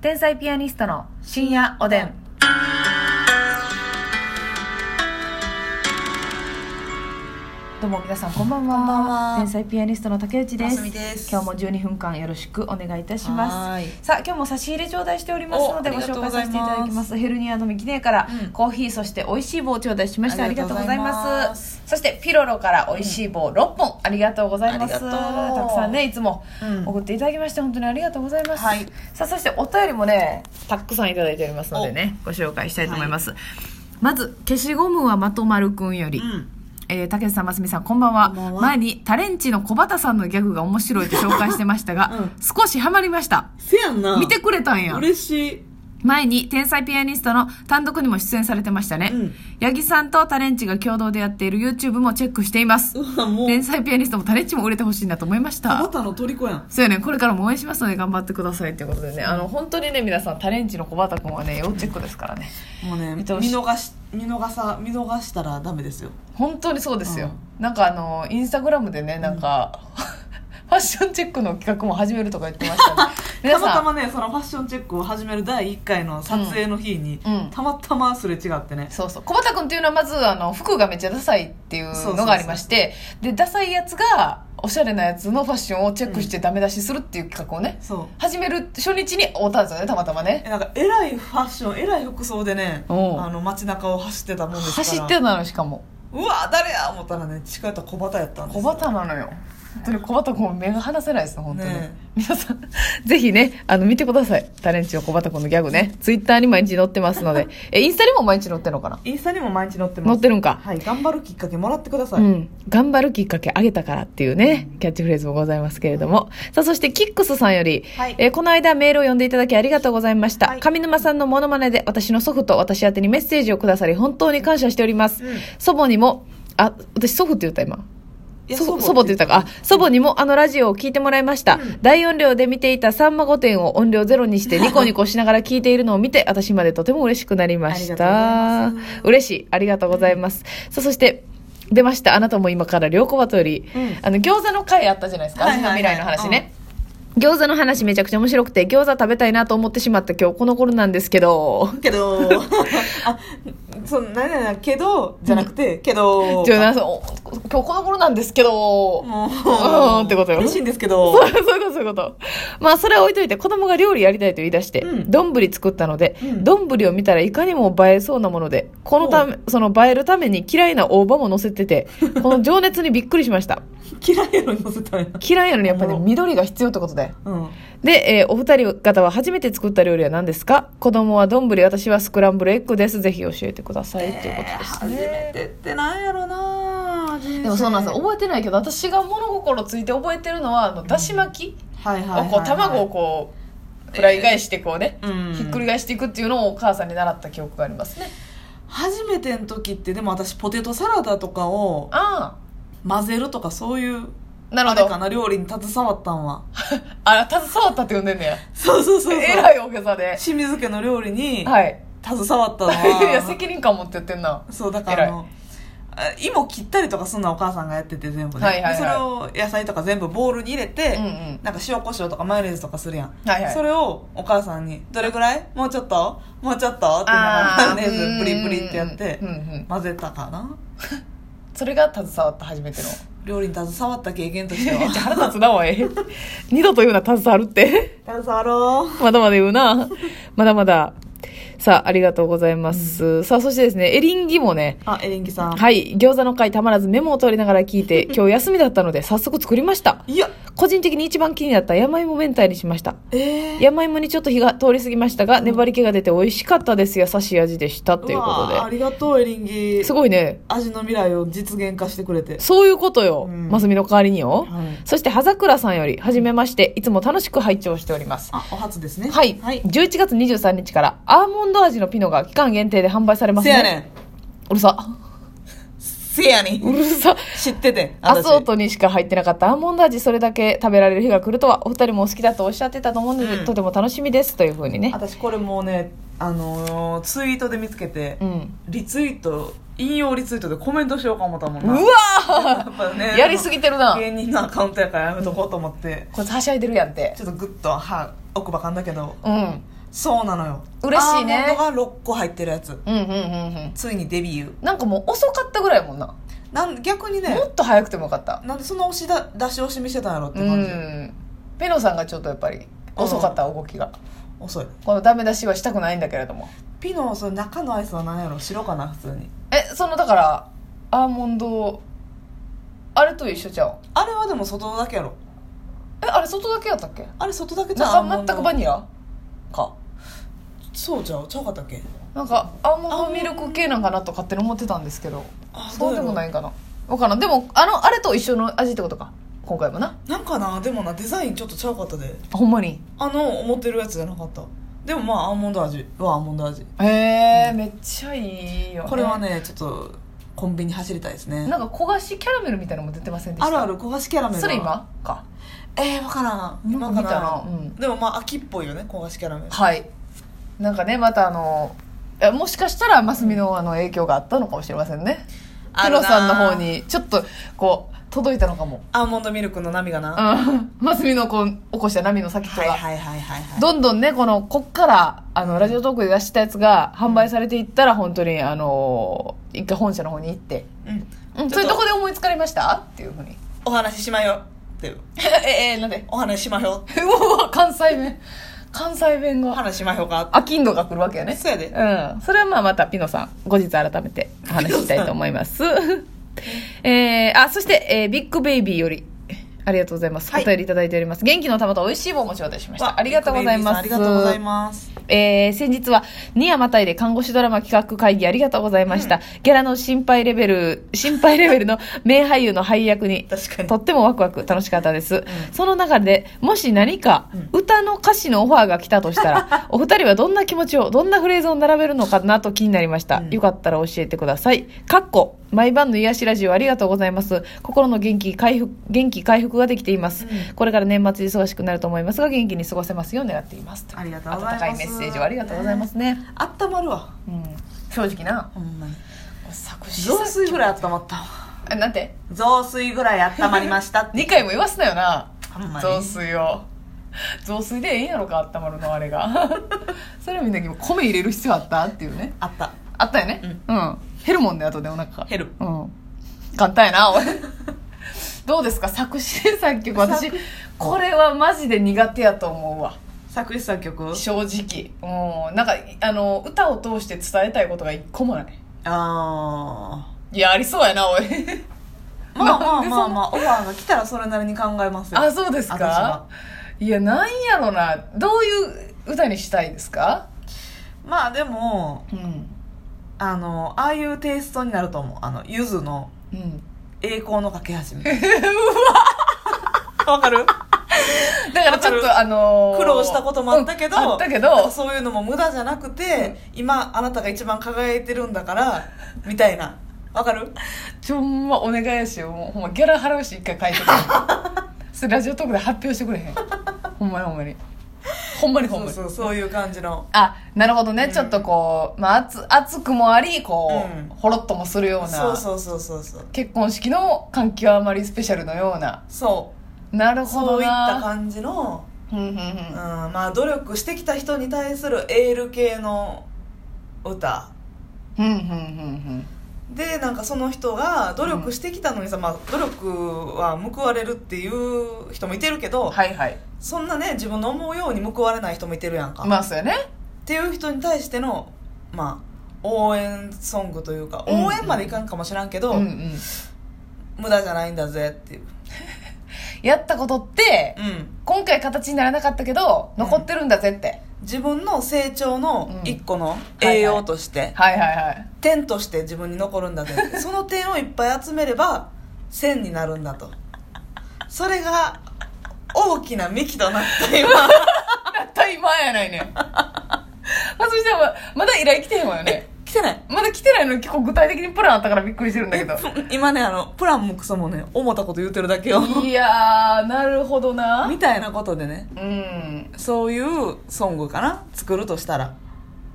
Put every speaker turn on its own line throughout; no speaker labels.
天才ピアニストの深夜おでん。どうも皆さんこんばんは。
こんばんは
天才ピアニストの竹内です。
ますみです
今日も12分間よろしくお願いいたし
は
ま
ーい
す。さあ今日も差し入れ頂戴しておりますので
お
ご
ありがと
紹
う
介さ
ござい
せて
ます
いただきます。ヘルニアのミキネから、
うん
コーヒーそして美味しい棒を頂戴しました。あ
あ
り
り
がと
がと
う
う
ござ
ござ
い
い
ま
ますす。
そしてピロロから美味しい棒6本ありがとうございます。
あ
た
り
く
がとう
さんねいつも
うん
送っていただきまして本当にありがとうございます。
はい
さあそしてお便りもねたくさんいただいておりますのでねご紹介したいと思います、まず消しゴムはまとまるくんより、
うん
えー、竹内さん、ますみさん、こんばんは。
こんばんは
前に、タレンチの小畑さんのギャグが面白いと紹介してましたが、
うん
少しハマりました。
せやんな
見てくれたんや。
嬉しい
前に天才ピアニストの単独にも出演されてましたね、
うん
八木さんとタレンチが共同でやっている YouTube もチェックしています
うわもう
天才ピアニストもタレンチも売れてほしいなと思いまし
バ
た
タの虜やん
そうよねこれからも応援しますので頑張ってくださいということでねあの本当にね皆さんタレンチの小畑君はね要チェックですからね
もうね見
見てほしい
逃し見逃さ見逃したらダメですよ
本当にそうですよ、なんかあのインスタグラムでねなんか、 ファッションチェックの企画も始めるとか言ってましたね
た
皆
また
さん
まねそのファッションチェックを始める第1回の撮影の日に、
うんうん
たまたますれ違ってね
そうそう小畑君っていうのはまずあの服がめっちゃダサいっていうのがありましてでダサいやつがおしゃれなやつのファッションをチェックしてダメ出しするっていう企画をね、
そう
始める初日に会うたんですよねたまたまね
えなんかえらいファッションえらい服装でねあ
おう
の街中を走ってたもんですから
走ってたのよしかも
うわ誰や思ったらね近寄ったら小畑やったんで
小
すよ
畑なのよ本当に小畑君も目が離せないですね本当に、
ね
皆さんぜひねあの見てくださいタレンチの小畑君のギャグねツイッターに毎日載ってます のでえインスタにも毎日載ってるのかな
インスタにも毎日載ってま
載
す
ってるんか
はい頑張るきっかけもらってください、
うん、頑張るきっかけあげたからっていうね、キャッチフレーズもございますけれども。さあ、そして、キックスさんより、
はい
えーこの間メールを読んでいただきありがとうございました。
はい
上沼さんのモノマネで私の祖父と私宛てにメッセージをくださり、本当に感謝しております。
うん
祖母にも、あ、私祖父って言った今。
いや
祖祖母って言ったか。あ、祖母にもあのラジオを聞いてもらいました。
うん
大音量で見ていたさんま御殿を音量ゼロに してニコニコしながら聞いているのを見て、私までとても嬉しくなりました。
ありがとうございます
嬉しい。ありがとうございます。さあ、そして、出ました。あなたも今から両小鳩より、
うん
あの、餃子の回あったじゃないですか。
はい
味
はい
の
はい
未来の話ね。餃子の話めちゃくちゃ面白くて、餃子食べたいなと思ってしまった今日この頃なんですけど、
けど あその何々けどじゃなくて、けど
ちょなんかお今日この頃なんですけど、
もう
うんってことよ
嬉しいんですけど
そうそういうことそういうことまあそれは置いといて子供が料理やりたいと言い出して
うん
丼、作ったので
うん
丼、を見たらいかにも映えそうなものでこのためその映えるために嫌いな大葉も乗せて てこの情熱にびっくりしました
嫌いやのに乗せたんや
嫌いなのにやっぱり、
お
ね、
もろ
緑が必要ってことで
うん
で、えーお二人方は初めて作った料理は何ですか子供は丼私はスクランブルエッグですぜひ教えてくださいということです
初め
ね、
てってなんやろな人生
でもそうなんですよ覚えてないけど私が物心ついて覚えてるのはあのだし巻き、
はいはいはい、
をこう卵をこうフライ返してこうね、
うん
ひっくり返していくっていうのをお母さんに習った記憶がありますね
初めての時ってでも私ポテトサラダとかを
あ
混ぜるとかそういう
あなる
あ
ほ
れ
ど
かな料理に携わったんは
あら携わったって呼んでんねや
そうそうそうそう
えらい大げさで
清水家の料理に
はい
携わった の
いや
は
責任感持って言ってんな
そうだからあ
偉い
のあ芋切ったりとかすんのお母さんがやってて全部ね、
はいはいはい
でそれを野菜とか全部ボウルに入れて、
うんうん
なんか塩コショウとかマヨネーズとかするやん、
はいはい
それをお母さんに「どれぐらいもうちょっともうちょっと?」って言いながらマヨネーズプリプリってやって
うんうんうんうん
混ぜたかな
それが携わった初め ての
料理に携わった経験として
め
は
っちゃ腹立つなおい 二度と言うな携わるって
携わろう
まだまだ言うな。まだまだ。さあ、ありがとうございます。さあ、そしてですね、エリンギもね、
あエリンギさん、
はい、餃子の回たまらずメモを取りながら聞い て、今日休みだったので早速作りました。
い、や
個人的に一番気になった山芋明太にしました。
えー、
山芋にちょっと火が通り過ぎましたが、粘り気が出て美味しかったです。優しい味でした。というこ
わああ
と
りがとうエリンギ
で。すごいね。
味の未来を実現化してくれて
そういうことよ。
うん
ますみの代わりによ。
はい
そして、葉桜さんより、はじめまして、いつも楽しく拝聴しております。
あお初ですね
はい、
はい
11月23日からアーモンド味のピノが期間限定で販売されます
せ
ね
やねん
うるさ
せやねん
うるさ
知っててん
ア
私
ソートにしか入ってなかったアーモンド味それだけ食べられる日が来るとはお二人もお好きだとおっしゃってたと思うので、
うん
とても楽しみですというふうにね
私これもうねあのーツイートで見つけて、
うん
リツイート引用リツイートでコメントしようか思ったもん
う
な
わ
やっぱね
やりすぎてるな
芸人のアカウントやからやめとこうと思って、
こいつはしゃいでるやんって
ちょっとグッと歯奥ばかんだけど
うん
そうなのよ
嬉しいね
アーモンドが6個入ってるやつ
うんうんうんうん
ついにデビュー
なんかもう遅かったぐらいやもんな、
なん逆にね
もっと早くてもよかった
なんでそんな押しだ出し惜しみしてたんやろって
う
感じ、
んペノさんがちょっとやっぱり遅かった動きが、
遅い
このダメ出しはしたくないんだけれども
ピノその中のアイスは何やろ白かな普通に
えそのだからアーモンドあれと一緒じゃん
あれはでも外だけやろ
えあれ外だけやったっけ
あれ外だけじゃんアーモ
中
ン
全
ド
くバニラか
そうじゃうちゃうかったっけ
なんかアーモンドミルク系なんかなと勝手に思ってたんですけど
あ
そうでもないいんかな分からんでもあのあれと一緒の味ってことか今回もな
なんかなでもなデザインちょっとちゃうかったで
ほんまに
あの思ってるやつじゃなかったでもまあアーモンド味はアーモンド味
へえ、めっちゃいいよ、
これはねちょっとコンビニ走りたいですね
なんか焦がしキャラメルみたいなのも出てませんでした
あるある焦がしキャラメル
それ
は
今か
えー、分からん
な
今
ん
か
か見た
な
なうん
でもまあ秋っぽいよね焦がしキャラメル
はいなんかねまたあのいやもしかしたらマスミのあの影響があったのかもしれませんね
あ
プ
るな
ロさんの方にちょっとこう届いたのかも、
アーモンドミルクの波がな、
う
は
ん、マスミのこう起こした波の
い
先とか、
はいはいはいはい
どんどんねこのこっからあのラジオトークで出したやつが販売されていったら本当にあの一回本社の方に行って、
うん
うん、
ち
そう
ょっと
いうとこで思いつかれましたっていうふうに
お話ししまよっていう
ええなんで
お話ししまよ
うわ関西弁関西弁
お
が
話ししまよか
飽きんのが来るわけやね
そうやで
うん。それはまあまたピノさん、後日改めてお話ししたいと思います。えー、あ、そして、えービッグベイビーより、ありがとうございます。
はい
お便りいただいております。元気の玉と美味しい棒も頂戴しました。ありがとうございます。
ありがとうございます
えー先日は、ニアまたいで看護師ドラマ企画会議ありがとうございました。ギャラの心配レベル、心配レベルの名俳優の配役に、
確かに
とってもワクワク楽しかったです。その中で、もし何か歌の歌詞のオファーが来たとした ら、お二人はどんな気持ちを、どんなフレーズを並べるのかなと気になりました。
うん
よかったら教えてください。かっこ、毎晩の癒しラジオありがとうございます。心の元気回復、元気回復ができています。
うん
これから年末忙しくなると思いますが、元気に過ごせますよう狙っています。
ありがとうございます
温かいメッセージをありがとうございますね。
あったまるわ
うん、正直な。
ほんまに
作詞
雑炊ぐらいあったまったわ
あなんて
雑炊ぐらいあったまりま したって
2回も言わすなよな。
ほんまに
雑炊を雑炊でええんやろかあったまるのあれが それはみんな米入れる必要あったっていうね
あった
あったよねうん、減るもんね後でお腹が
減る
うん簡単やな 俺どうですか作詞作曲私
作
これはマジで苦手やと思うわ
作詞作曲
正直うんなんかあの歌を通して伝えたいことが一個もない
あ
いやありそうやなおい
あまあま
なん
あ
でそんな
まあまあオファーが来たらそれなりに考えます よ
あそうです
私
か
はい
やなんやろなどういう歌にしたいですか
まあでも
うん
あのああいうテイストになると思うあのゆずの
うん
栄光の架け橋みたい なわか
だ
る
からちょっとあのー
苦労したこともあったけど,、
うんあったけど
そういうのも無駄じゃなくて、今あなたが一番輝いてるんだからみたいなわかる
ちょほんまお願いやしよもうほんまギャラ払うし一回書いてくれ それラジオトークで発表してくれへんほんまにほんまにほんまにほん
そ
ま
う
に
そうそういう感じの
あなるほどね、ちょっとこう、まあ、熱熱くもありこう、
うん
ほろっともするような
そうそうそうそうそう
結婚式の環境あまりスペシャルのような
そう
なるほ
そ
ど
ういった
な
感じの、
そういった感
うんまあ、努力してきた人に対するエール系の歌
うんうんうんうん
でなんかその人が努力してきたのにさ、まあ、努力は報われるっていう人もいてるけど、
うんはいはい
そんなね自分の思うように報われない人もいてるやんか、
まあそうやね
っていう人に対しての、まあ、応援ソングというか
うん
応援までいかんかもしらんけど、
うんうん
無駄じゃないんだぜっていう、
やったことって
うん、
今回形にならなかったけど残ってるんだぜって、
自分の成長の
うん
一個の
いはい
栄養として、
はいはいはい
点として自分に残るんだぜ ってその点をいっぱい集めれば線になるんだとそれが大きな幹となった今
当たり前やないね んまあそしたらまだ依頼来てへんわよね
来てない
まだ来てないのに結構具体的にプランあったからびっくりしてるんだけど
今ねあのプランもクソもね思ったこと言うてるだ けよ
いやーなるほどな
みたいなことでね
うん
そういうソングかな作るとしたら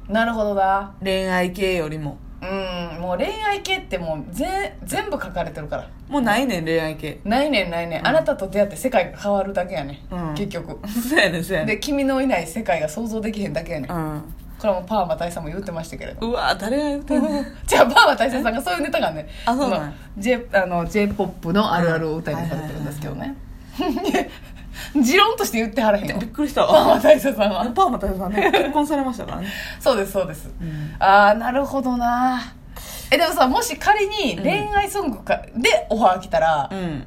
なるほどな
恋愛系よりも
ううんもう恋愛系ってもうぜ全部書かれてるから
もうないねん恋愛系
ないねんないねん、
うん
あなたと出会って世界が変わるだけやね、
うん
ん、結局
そうやねんそうやね
で君のいない世界が想像できへんだけやねん、
んうん
これはもうパーマ大佐も言ってましたけれど
うわ誰が言ってんの
じゃあパーマ大佐さんがそういうネタがね
あそうなんや
の J- あの J−POP のあるあるを歌いにされてるんですけどね 持論として言ってはらへんよ
びっくりした
パ ー
わ
マ大佐さんは
パーマ大佐さ んね結婚されましたからね
そうですそうです、
ん
ああなるほどなえでもさもし仮に恋愛ソングか、でオファー来たら、
うん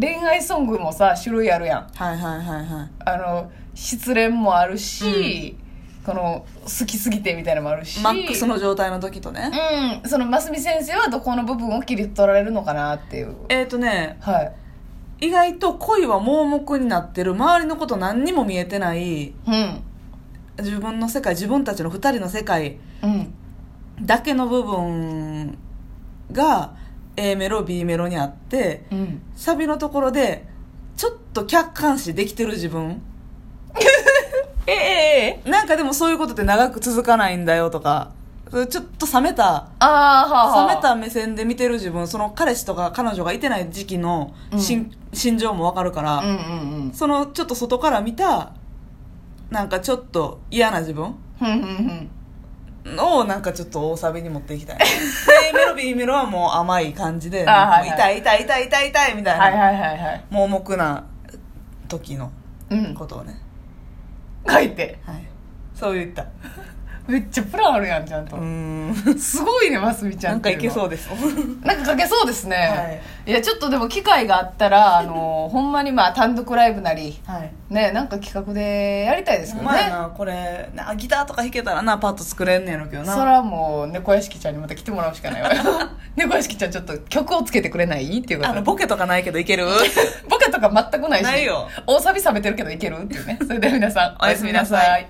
恋愛ソングもさ種類あるやん
はいはいはいはい
あの失恋もあるし、この好きすぎてみたいなのもあるし
マックスの状態の時とね
うんその真澄先生はどこの部分を切り取られるのかなっていう
えっ、とね
はい
意外と恋は盲目になってる周りのこと何にも見えてない
うん
自分の世界自分たちの2人の世界
うん
だけの部分が A メロ B メロにあって
うん
サビのところでちょっと客観視できてる自分
ええ
なんかでもそういうことって長く続かないんだよとかそういうちょっと冷めた
ああはあはあ
冷めた目線で見てる自分その彼氏とか彼女がいてない時期のしん、心情もわかるから、
うんうんうん
そのちょっと外から見たなんかちょっと嫌な自分
ふんふんふん
をなんかちょっと大サビに持ってい きたいで A メロ B メロはもう甘い感じで、
あーはい
もう
は
痛い痛い痛い痛い痛いみたいな、
はいはいはいはい
盲目な時の
うん
ことをね、
書いて
はい、そう言った
めっちゃプランあるやんちゃんと、
うーん
すごいねますみちゃ
なんん
って
か
いうの
いけそう です
なんか書けそうですね、、
はい
やちょっとでも機会があったらあのほんまにまあ単独ライブなり
はい
ねなんか企画でやりたいです
ほ
け
ん
ど
まや
ね
なこれなギターとか弾けたらなパッと作れんねやろうけど
そ
な
らもう猫屋敷ちゃんにまた来てもらうしかないわよ 猫屋敷ちゃんちょっと曲をつけてくれないっていうこ
あ
とで
のボケとかないけどいける
ボケとか全くないし
ないよ
大サビ冷めてるけどいけるっていうねそれでは皆さん
おやすみなさい